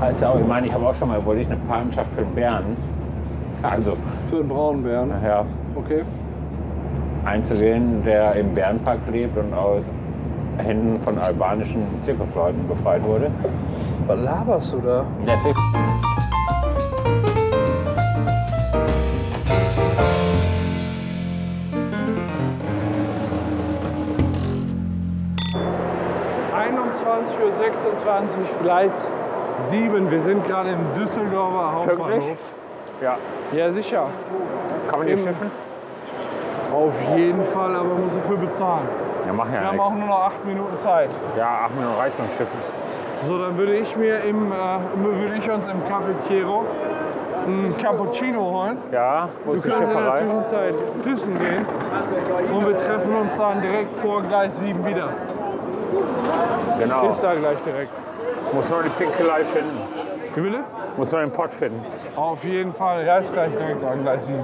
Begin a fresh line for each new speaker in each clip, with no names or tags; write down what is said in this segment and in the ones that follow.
heißt ja auch, ich meine, ich habe auch schon mal überlegt, eine Patenschaft für einen Bären. Also,
Für einen braunen Bären.
ja,
Okay.
einzugehen, der im Bärenpark lebt und aus Händen von albanischen Zirkusleuten befreit wurde.
Was laberst du da?
Deswegen.
für 26, Gleis 7. Wir sind gerade im Düsseldorfer Hauptbahnhof.
Wirklich? Ja.
Ja, sicher.
Kann man die schiffen?
Auf jeden Fall, aber man muss dafür bezahlen.
Ja, machen
Wir
ja
haben auch
nichts.
nur noch 8 Minuten Zeit.
Ja, ach, mit dem Reiz zum Schiffen.
So, dann würde ich mir im, äh, würde ich uns im Café Chiero einen Cappuccino holen.
Ja, wo
Du
ist die
kannst in der
Schifferei?
Zwischenzeit pissen gehen und wir treffen uns dann direkt vor Gleis 7 wieder.
Genau.
Ist da gleich direkt.
Muss nur die Pinkelei finden.
Wie bitte?
Muss nur den Pott finden.
Auf jeden Fall, da ist gleich direkt an Gleis 7.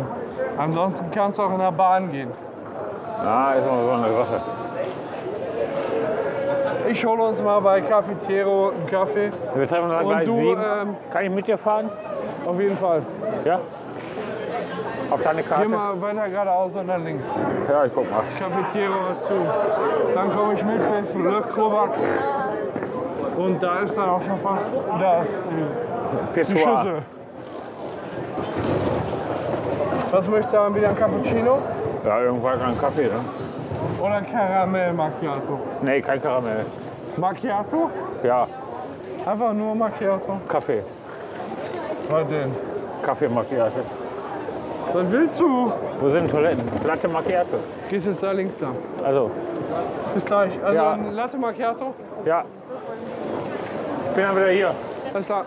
Ansonsten kannst du auch in der Bahn gehen.
Ja, ist immer so eine Sache.
Ich hole uns mal bei Café Chiero einen Kaffee.
Wir treffen uns dann
Und
gleich
du,
sieben.
ähm,
Kann ich mit dir fahren?
Auf jeden Fall.
Ja? Auf deine
Geh
Karte?
mal weiter geradeaus und dann links.
Ja, ich guck mal.
Cafetiere zu. Dann komme ich mit bis Le Crobac. Und da ist dann auch schon fast das, die, die
Pissoir.
Schüssel. Was möchtest du haben? Wieder ein Cappuccino
Ja, irgendwann kein Kaffee, ne?
oder ein Karamell Macchiato?
Nee, kein Karamell.
Macchiato?
Ja,
Einfach nur Macchiato.
Kaffee.
Was denn?
Kaffee Macchiato.
Was willst du?
Wo sind Toiletten? Latte Macchiato.
Gehst jetzt da links lang.
Also,
Bis gleich. Also
Ja.
ein Latte Macchiato.
ja. Ich bin dann wieder hier.
Alles klar.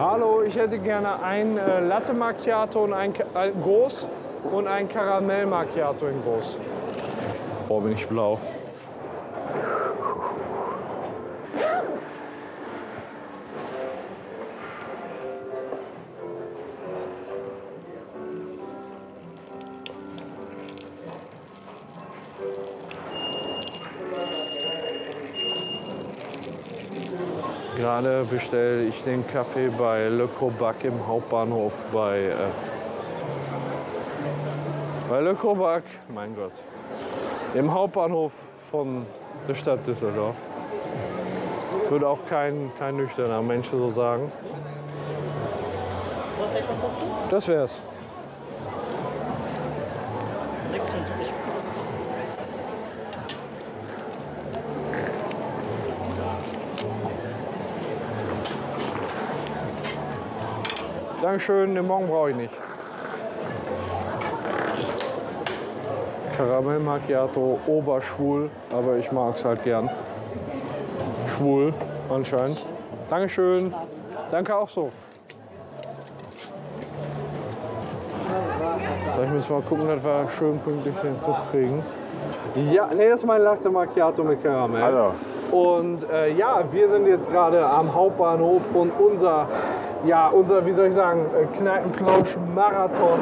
Hallo, ich hätte gerne ein äh, Latte Macchiato und ein Ka äh, groß und ein Karamell Macchiato in groß. Boah, bin ich blau. Gerade bestelle ich den Kaffee bei Le Crobac im Hauptbahnhof bei äh, bei Le Crobac, mein Gott, im Hauptbahnhof von der Stadt Düsseldorf. Würde auch kein, kein nüchterner Mensch so sagen. Das wär's.
56.
Dankeschön, den Morgen brauche ich nicht. Karamell Macchiato, oberschwul, aber ich mag's halt gern. Schwul, anscheinend. Dankeschön. Danke auch so. So, ich muss mal gucken, dass wir schön pünktlich den Zug kriegen. Ja, nee, das ist mein Latte Macchiato mit Karamell.
Also,
Und äh, ja, wir sind jetzt gerade am Hauptbahnhof und unser, ja, unser, wie soll ich sagen, äh, Kneipenplausch-Marathon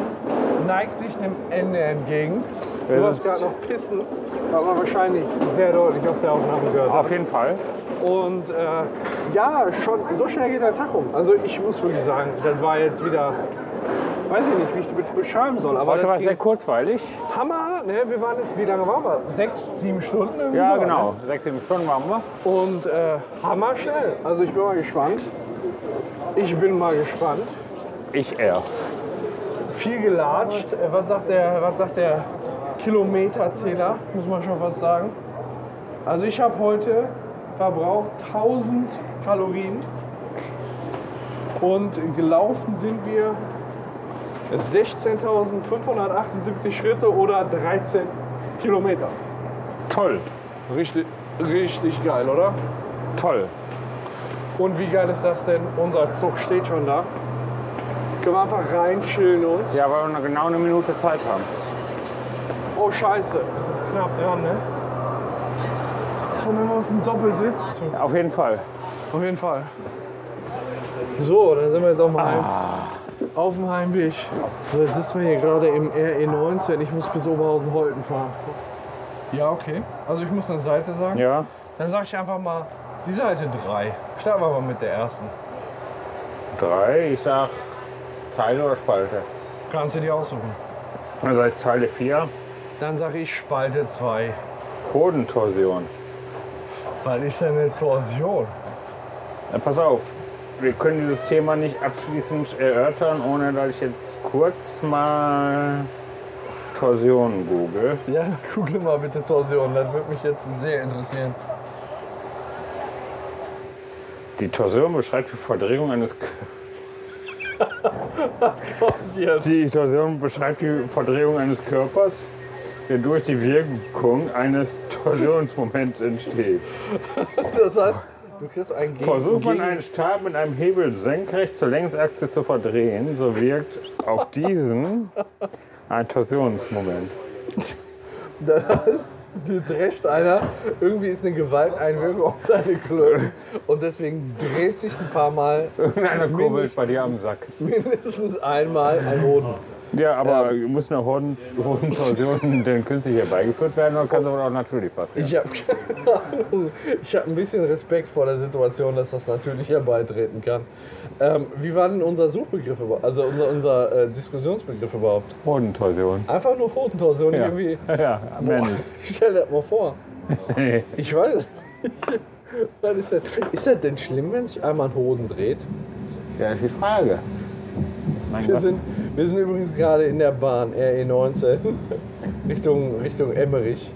neigt sich dem Ende entgegen. Du
Ja,
hast
das-
gerade noch Pissen, aber wahrscheinlich sehr deutlich auf der Aufnahme gehört.
auf jeden Fall.
Und äh, ja, schon so schnell geht der Tag um. Also ich muss wirklich sagen, das war jetzt wieder, weiß ich nicht, wie ich das beschreiben soll. Aber
Heute
das
war es
ging
sehr kurzweilig.
Hammer, ne? Wir waren jetzt, wie lange waren wir? Sechs, sieben Stunden? irgendwie
Ja,
so, Ne?
genau. Sechs, sieben Stunden waren wir.
Und äh, hammer schnell. Also ich bin mal gespannt. Ich bin mal gespannt.
Ich erst.
Viel gelatscht. Äh, was sagt der, was sagt der Kilometerzähler? Muss man schon fast sagen. Also ich habe heute verbraucht 1000 Kalorien. Und gelaufen sind wir 16.578 Schritte oder 13 Kilometer.
Toll,
Richtig, richtig geil, oder?
toll.
Und wie geil ist das denn? Unser Zug steht schon da. Können wir einfach rein, chillen uns.
Ja, weil wir noch genau eine Minute Zeit haben.
Oh, scheiße. Wir sind Knapp dran, ne? Schon nehmen wir uns einen Doppelsitz.
Auf jeden Fall.
Auf jeden Fall. So, dann sind wir jetzt auf dem, Heim, Ah. auf dem Heimweg. So, jetzt sitzen wir hier gerade im RE19. Ich muss bis Oberhausen-Holten fahren. Ja, okay. Also ich muss eine Seite sagen.
Ja.
Dann sag ich einfach mal
Die Seite 3. Starten wir mal mit der ersten.
Drei, ich sag Zeile oder Spalte.
Kannst du dir aussuchen.
Dann sag ich Zeile 4,
Dann sage ich Spalte 2.
Hodentorsion.
Was ist denn eine Torsion?
Na, Äh, pass auf, wir können dieses Thema nicht abschließend erörtern, ohne dass ich jetzt kurz mal Torsion google.
Ja, dann google mal bitte Torsion. Das würde mich jetzt sehr interessieren.
Die Torsion beschreibt die Verdrehung eines Kö-
Jetzt.
Die Torsion beschreibt die Verdrehung eines Körpers, der durch die Wirkung eines Torsionsmoments entsteht.
Das heißt, du kriegst einen Gegen.
Versucht man
Gegen-
einen Stab mit einem Hebel senkrecht zur Längsachse zu verdrehen, so wirkt auf diesen ein Torsionsmoment.
Das heißt, dir drescht einer, irgendwie ist eine Gewalteinwirkung auf deine Klöten. Und deswegen dreht sich ein paar Mal,
Irgendeiner kurbelt
Mindest-
bei dir am Sack.
mindestens einmal ein Hoden.
Ja, aber muss eine Horden- Hodentorsion denn künstlich herbeigeführt werden oder kann es auch natürlich passieren?
Ich habe keine Ahnung. Ich habe ein bisschen Respekt vor der Situation, dass das natürlich herbeitreten kann. Ähm, wie war denn unser Suchbegriff überhaupt? Also unser, unser äh, Diskussionsbegriff überhaupt?
Hodentorsion.
Einfach nur Hodentorsion
Ja,
irgendwie.
ja mehr nicht.
Stell dir das mal vor.
Nee.
Ich weiß. es nicht. Was ist, das? ist das denn schlimm, wenn sich einmal ein Hoden dreht?
Ja, das ist die Frage. Mein
Wir
Gott.
sind, wir sind übrigens gerade in der Bahn, RE19, Richtung, Richtung Emmerich.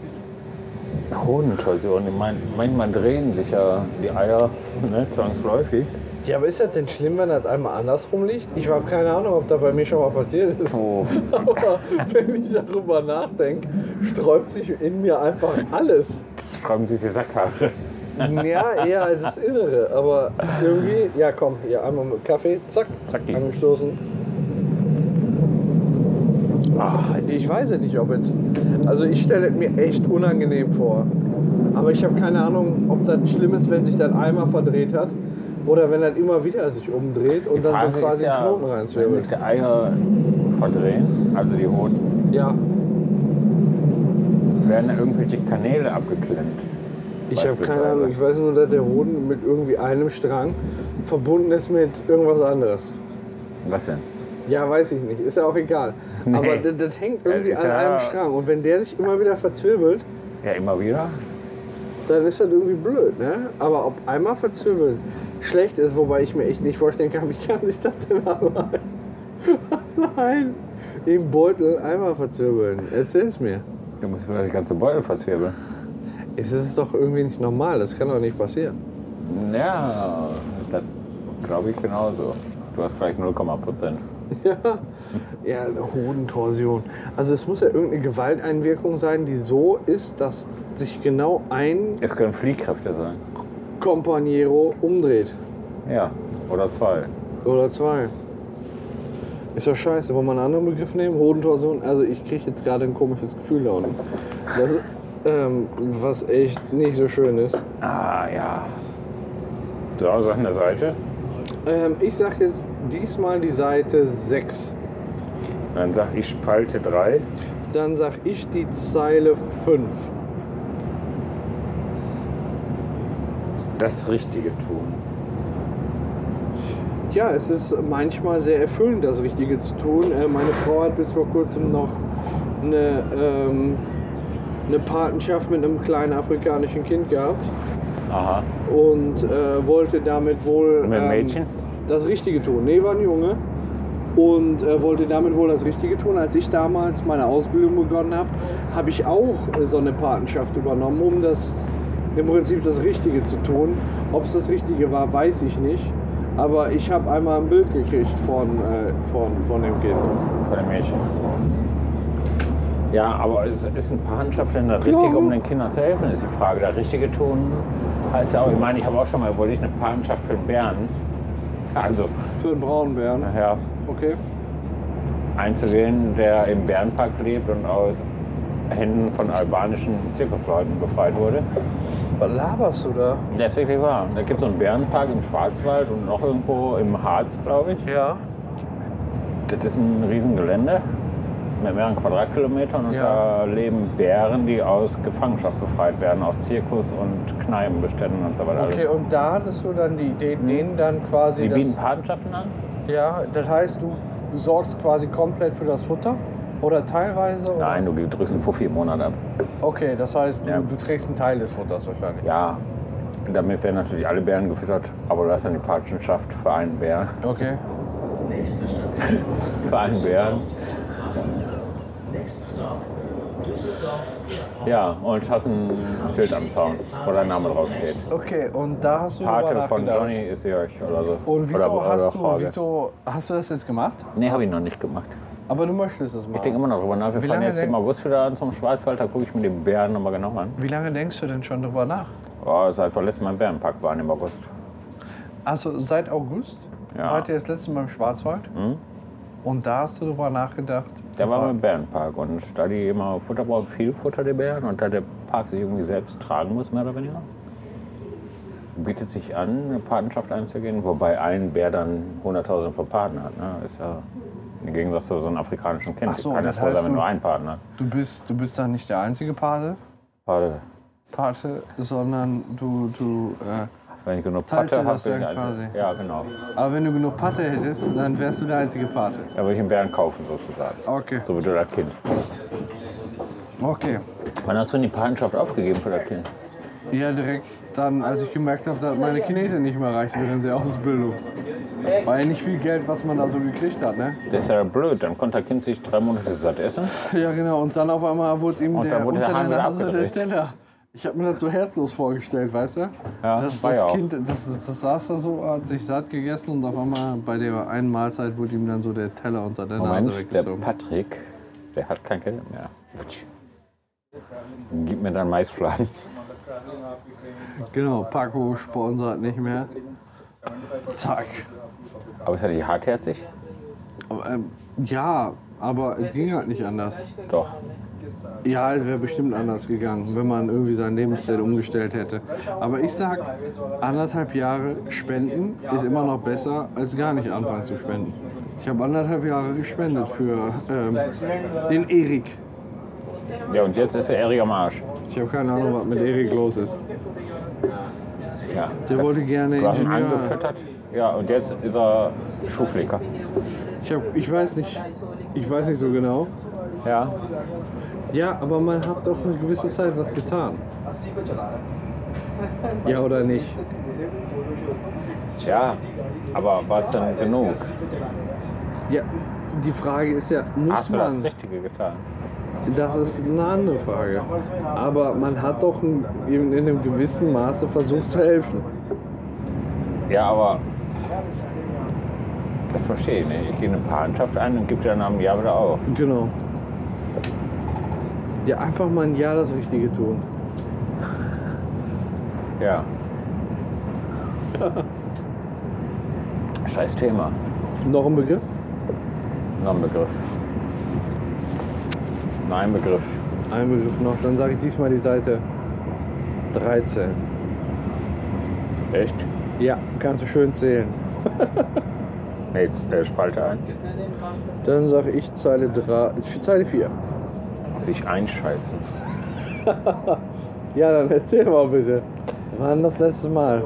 Hodentorsion. Ich mein, manchmal drehen sich ja die Eier ne, zwangsläufig.
Ja, aber ist das denn schlimm, wenn das einmal andersrum liegt? Ich habe keine Ahnung, ob das bei mir schon mal passiert ist.
Oh.
Aber wenn ich darüber nachdenke, sträubt sich in mir einfach alles.
Schreiben sich die Sackhaare.
Ja, eher als das Innere. Aber irgendwie, ja komm, hier einmal mit Kaffee, zack,
Zacki.
angestoßen.
Ah, ist
Ich weiß es nicht, ob es. Also ich stelle es mir echt unangenehm vor. Aber ich habe keine Ahnung, ob das schlimm ist, wenn sich das einmal verdreht hat. Oder wenn das immer wieder sich umdreht und dann so
Frage
quasi
ist
einen Knoten
Wenn sich
reinzwirbelt.
die Eier verdrehen, also die Hoden,
Ja,
werden da irgendwelche Kanäle abgeklemmt.
Ich habe keine
Beispielsweise.
Ahnung. Ich weiß nur, dass der Hoden mit irgendwie einem Strang verbunden ist mit irgendwas anderes.
Was denn?
Ja, weiß ich nicht. Ist ja auch egal.
Nee.
Aber das, das hängt irgendwie
Es ist
an
ja-
einem Strang. Und wenn der sich immer wieder verzwirbelt,
Ja, immer wieder.
dann ist das irgendwie blöd, ne? Aber ob einmal verzwirbeln schlecht ist, wobei ich mir echt nicht vorstellen kann, wie kann sich das denn allein, allein im Beutel einmal verzwirbeln? Erzähl's mir.
Du musst wieder die ganze Beutel verzwirbeln.
Es ist doch irgendwie nicht normal. Das kann doch nicht passieren.
Ja, das glaube ich genauso. Du hast gleich 0,1 Prozent.
Ja, eine Hodentorsion. Also es muss ja irgendeine Gewalteinwirkung sein, die so ist, dass sich genau ein
Es können Fliehkräfte sein.
Companiero umdreht.
Ja, oder zwei.
Oder zwei. Ist doch scheiße. Wollen wir einen anderen Begriff nehmen? Hodentorsion. Also ich kriege jetzt gerade ein komisches Gefühl da unten. Das, ist, ähm, was echt nicht so schön ist.
Ah, ja. So, also an der Seite.
Ähm, ich sage jetzt diesmal die Seite 6.
Dann sag ich Spalte 3.
Dann sag ich die Zeile 5.
Das Richtige tun.
Ja, es ist manchmal sehr erfüllend, das Richtige zu tun. Äh, meine Frau hat bis vor kurzem noch eine, ähm, eine Patenschaft mit einem kleinen afrikanischen Kind gehabt
Aha.
und äh, wollte damit wohl
Mit einem Mädchen?
das Richtige tun. Nee, war ein Junge und äh, wollte damit wohl das Richtige tun. Als ich damals meine Ausbildung begonnen habe, habe ich auch äh, so eine Patenschaft übernommen, um das im Prinzip das Richtige zu tun. Ob es das Richtige war, weiß ich nicht. Aber ich habe einmal ein Bild gekriegt von, äh, von, von dem Kind.
Von dem Mädchen. Ja, aber es ist ein Patenschaft denn der
Klar.
Richtige, um den Kindern zu helfen, ist die Frage. Der Richtige tun heißt ja auch, ich meine, ich habe auch schon mal überlegt, eine Patenschaft für einen Bären. Also,
Für einen Braunbären.
ja,
Okay.
einzugehen, der im Bärenpark lebt und aus Händen von albanischen Zirkusleuten befreit wurde.
Was laberst du da?
Das ist wirklich wahr. Da gibt es so einen Bärenpark im Schwarzwald und noch irgendwo im Harz, glaube ich.
Ja.
Das ist ein Riesengelände. mit mehreren Quadratkilometern und da
Ja.
leben Bären, die aus Gefangenschaft befreit werden, aus Zirkus und Kneipenbeständen und so weiter. Also,
Okay, und da hattest du dann die Idee, denen dann quasi
Hm. die
das.
bieten Patenschaften an?
Ja, das heißt, du sorgst quasi komplett für das Futter oder teilweise? Oder?
Nein, du drückst einen Fuffi im Monat ab.
Okay, das heißt, du,
Ja.
du trägst einen Teil des Futters wahrscheinlich.
Ja, damit werden natürlich alle Bären gefüttert, aber du hast dann die Patenschaft für einen Bären.
Okay.
Für einen Bären. Ja, und hast ein Schild am Zaun, wo dein Name draufsteht.
Okay, und da hast du drüber
Pate von
nachgedacht.
Johnny ist Jörg oder so.
Und wieso,
oder, oder
hast du,
Jorge.
wieso hast du das jetzt gemacht?
Nee, habe ich noch nicht gemacht.
Aber du möchtest es
Ich denke
machen.
immer noch drüber nach. Wir
Wie
fahren
lange
jetzt
denn-
im August wieder zum Schwarzwald, da gucke ich mir die Bären nochmal genau an.
Wie lange denkst du denn schon drüber nach?
Oh, seit wir letztes Mal im Bärenpark waren im August.
Also seit August
Ja. Hm?
wart ihr das letzte Mal im Schwarzwald und da hast du drüber nachgedacht.
Da waren wir im Bärenpark und da die immer Futter brauchen, viel Futter die Bären und da der Park sich irgendwie selbst tragen muss, mehr oder weniger, bietet sich an, eine Patenschaft einzugehen, wobei ein Bär dann 100.000 von Paten hat. Ne? Ist ja im Gegensatz zu so einem afrikanischen Kind.
Ach so,
Kann ja
das
froh sein,
heißt,
wenn
du-
nur ein Partner hat.
Du bist, du bist dann nicht der einzige Pate,
Warte,
Pate sondern du, du. Äh,
Wenn ich genug
Teilst
Patte
du das
habe,
dann quasi?
Ja, genau.
aber wenn du genug Pate hättest, dann wärst du der einzige Pate.
Da würde ich einen Bären kaufen, sozusagen.
Okay.
So wie du das Kind.
Okay.
Wann hast du denn die Patenschaft aufgegeben für das Kind?
Ja, direkt dann, als ich gemerkt habe, dass meine Knete nicht mehr reicht während der Ausbildung. War ja nicht viel Geld, was man da so gekriegt hat, ne?
Das ist ja blöd. Dann konnte das Kind sich drei Monate satt essen.
Ja, genau. Und dann auf einmal wurde ihm
Und
der
dann wurde
unter
der
der,
Hahn wieder
Nase der
abgedreht.
Teller. Ich habe mir das so herzlos vorgestellt, weißt du?
Ja,
das,
war
das
ja auch.
Kind, das, das saß da so, hat sich satt gegessen und auf einmal bei der einen Mahlzeit wurde ihm dann so der Teller unter der Nase
Moment, der
weggezogen.
Patrick, der hat kein Geld mehr. Wutsch. Gib mir dann Maisfladen.
Genau, Paco sponsert nicht mehr. Zack.
Aber ist er nicht hartherzig?
Aber, ähm, ja, aber es ging halt nicht anders.
Doch.
Ja, es wäre bestimmt anders gegangen, wenn man irgendwie seinen Lebensstil umgestellt hätte. Aber ich sag, anderthalb Jahre spenden ist immer noch besser, als gar nicht anfangen zu spenden. Ich habe anderthalb Jahre gespendet für ähm, den Erik.
Ja, und jetzt ist der Erik am Arsch.
Ich habe keine Ahnung, was mit Erik los ist.
Ja.
Der wollte gerne
Du hast ihn
Ingenieur.
angefüttert. Ja, und jetzt ist er Schuhflicker.
Ich, hab, ich weiß nicht, ich weiß nicht so genau.
Ja.
Ja, aber man hat doch eine gewisse Zeit was getan. Ja oder nicht?
Ja. Aber war es denn genug?
Ja, die Frage ist ja, muss
Hast du
man
das Richtige getan?
Das ist eine andere Frage. Aber man hat doch in, in einem gewissen Maße versucht zu helfen.
Ja, aber. Das verstehe ich nicht. Ich gehe eine Patenschaft ein und gebe dir dann am Jahr wieder auf.
Genau. Ja, einfach mal ein Ja das Richtige tun.
Ja. Scheiß Thema.
Noch ein Begriff?
Noch ein Begriff. Nein, Begriff.
Ein Begriff noch. Dann sage ich diesmal die Seite 13.
Echt?
Ja, kannst du schön zählen.
Nee, jetzt, äh, Spalte 1.
Dann sage ich Zeile 3, Zeile 4.
Sich einscheißen.
Ja, dann erzähl mal bitte. Wann das letzte Mal?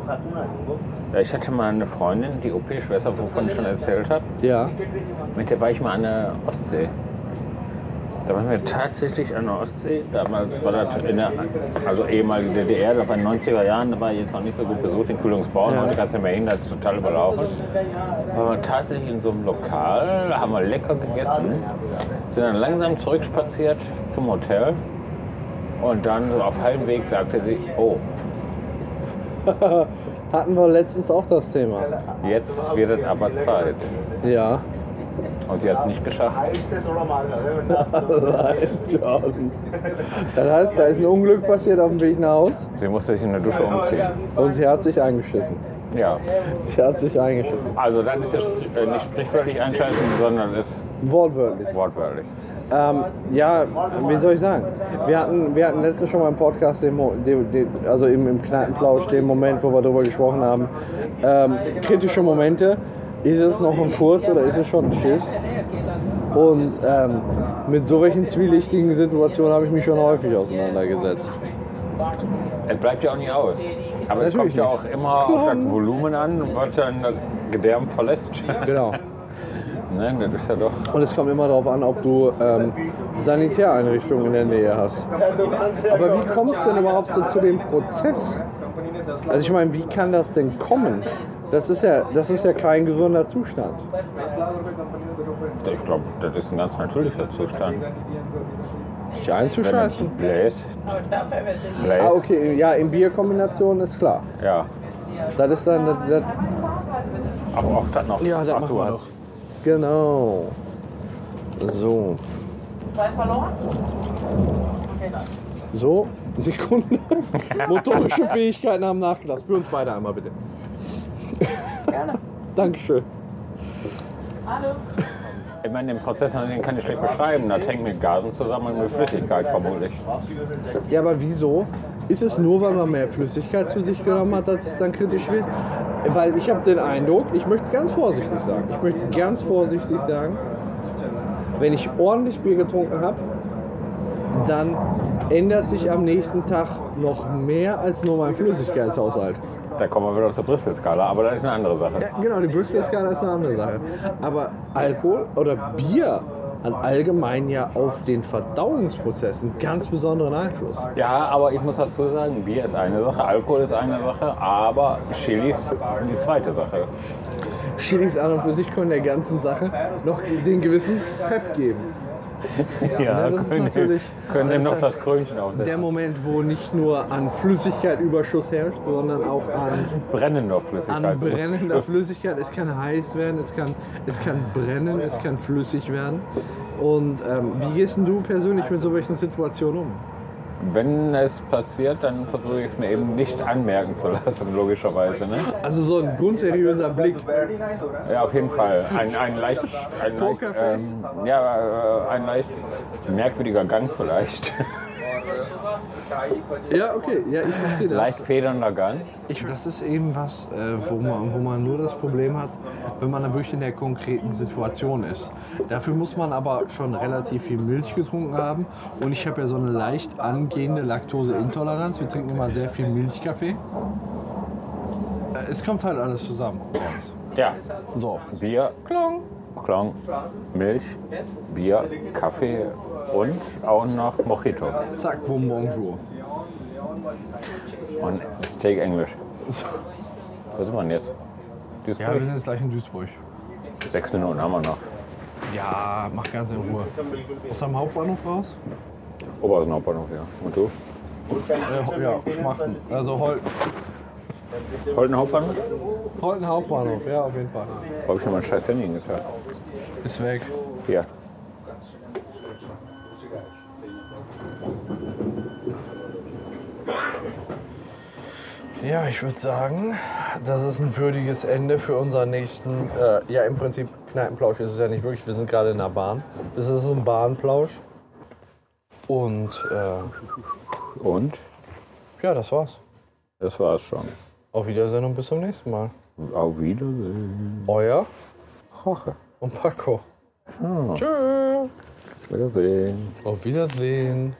Ja, Ich hatte mal eine Freundin, die OP-Schwester, wovon ich schon erzählt habe.
Ja.
Mit der war ich mal an der Ostsee. Da waren wir tatsächlich an der Ostsee. Damals war das in der also ehemalige DDR, das war in den 90er Jahren, da war jetzt noch nicht so gut besucht in Kühlungsborn.
Ja.
Heute kannst du nicht mehr hin, das ist total überlaufen. Da waren wir tatsächlich in so einem Lokal, da haben wir lecker gegessen, sind dann langsam zurückspaziert zum Hotel und dann so auf halbem Weg sagte sie, oh,
Hatten wir letztens auch das Thema.
jetzt wird es aber Zeit.
Ja.
Und sie hat es nicht geschafft.
Das heißt, da ist ein Unglück passiert auf dem Weg nach Haus
Sie musste sich in der Dusche umziehen.
und sie hat sich eingeschissen.
Ja,
Sie hat sich eingeschissen.
Also dann ist es äh, nicht sprichwörtlich einschalten, sondern ist
Wortwörtlich.
wortwörtlich.
Ähm, ja, wie soll ich sagen? Wir hatten, wir hatten letztens schon mal im Podcast, den, Mo- den, den, also im, im Kneipenplausch, den Moment, wo wir darüber gesprochen haben. Ähm, kritische Momente. Ist es noch ein Furz oder ist es schon ein Schiss?
Und ähm, mit solchen zwielichtigen Situationen habe ich mich schon häufig auseinandergesetzt.
Es bleibt ja auch nie aus. Aber es kommt
Natürlich
ja
nicht.
auch immer auf das Volumen an, was dann das Gedärm verlässt.
Genau.
Nein, das ist ja doch.
Und es kommt immer darauf an, ob du ähm, Sanitäreinrichtungen in der Nähe hast. Aber wie kommst du denn überhaupt so zu dem Prozess? Also ich meine, wie kann das denn kommen? Das ist ja, das ist ja kein gesunder Zustand.
Ich glaube, das ist ein ganz natürlicher Zustand.
Dich einzuscheißen.
Bläst, bläst,
Ah, okay, ja, in Bierkombination ist klar.
ja.
Das ist dann, das, das,
Aber auch das noch.
ja, das
Ach,
machen
du
wir
hast-
doch. Genau. So.
Zwei verloren?
So, Sekunde. Motorische Fähigkeiten haben nachgelassen. Für uns beide einmal bitte. Dankeschön.
Hallo.
Ich meine, den Prozess den kann ich schlecht beschreiben. Das hängt mit Gasen zusammen und mit Flüssigkeit vermutlich.
Ja, aber wieso? Ist es nur, weil man mehr Flüssigkeit zu sich genommen hat, dass es dann kritisch wird? Weil ich habe den Eindruck, ich möchte es ganz vorsichtig sagen. Ich möchte es ganz vorsichtig sagen, wenn ich ordentlich Bier getrunken habe, dann ändert sich am nächsten Tag noch mehr als nur mein Flüssigkeitshaushalt.
Da kommen wir wieder aus der Bristol-Skala, aber das ist eine andere Sache.
Ja, genau, die Brüsselskala ist eine andere Sache. Aber Alkohol oder Bier hat allgemein ja auf den Verdauungsprozess einen ganz besonderen Einfluss.
Ja, aber ich muss dazu sagen, Bier ist eine Sache, Alkohol ist eine Sache, aber Chilis sind die zweite Sache.
Chilis an und für sich können der ganzen Sache noch den gewissen Pep geben.
Ja,
das ist
können die-
natürlich-
Können
das
dem
ist
noch
halt
das Krönchen
Der
aufsetzen.
Moment, wo nicht nur an Flüssigkeit Überschuss herrscht, sondern auch an,
Brennender
an
Flüssigkeit.
brennender Flüssigkeit. Es kann heiß werden, es kann, es kann brennen, es kann flüssig werden. Und ähm, wie gehst denn du persönlich mit solchen Situationen um?
Wenn es passiert, dann versuche ich es mir eben nicht anmerken zu lassen, logischerweise. Ne?
Also so ein grundseriöser Blick.
Ja, auf jeden Fall. Ein, ein leicht, ein leicht,
Pokerface?
ähm, ja, äh, ein leicht merkwürdiger Gang vielleicht.
Ja, okay, ja, ich verstehe das.
leicht federnder Gang.
Ich, das ist eben was, äh, wo, man, wo man nur das Problem hat, wenn man dann wirklich in der konkreten Situation ist. Dafür muss man aber schon relativ viel Milch getrunken haben. Und ich habe ja so eine leicht angehende Laktoseintoleranz. Wir trinken immer sehr viel Milchkaffee. Äh, Es kommt halt alles zusammen. bei uns.
Ja,
So.
Bier,
Klong.
Klong, Milch, Bier, Kaffee und auch noch Mojito.
Zack, bum, bonjour.
Und Steak Englisch.
So.
Wo sind wir denn jetzt? Die ist
Ja,
durch.
wir sind jetzt gleich in Duisburg.
Sechs Minuten haben wir noch.
Ja, mach ganz in Ruhe. Aus am Hauptbahnhof raus?
Oberhausen Hauptbahnhof, ja. Und du?
Äh, ja, Schmachten. Also Holten.
Holten Hauptbahnhof?
Holten Hauptbahnhof, ja, auf jeden Fall.
Wo habe ich denn mein scheiß Handy hingehört?
Ist weg.
Hier.
Ja, ich würde sagen, das ist ein würdiges Ende für unseren nächsten. Äh, ja, im Prinzip Kneipenplausch ist es ja nicht wirklich. Wir sind gerade in der Bahn. Das ist ein Bahnplausch. Und äh,
Und?
ja, das war's.
Das war's schon.
Auf Wiedersehen und bis zum nächsten Mal.
Auf Wiedersehen.
Euer
Hoche.
und Paco. Tschö.
Wiedersehen.
Auf Wiedersehen.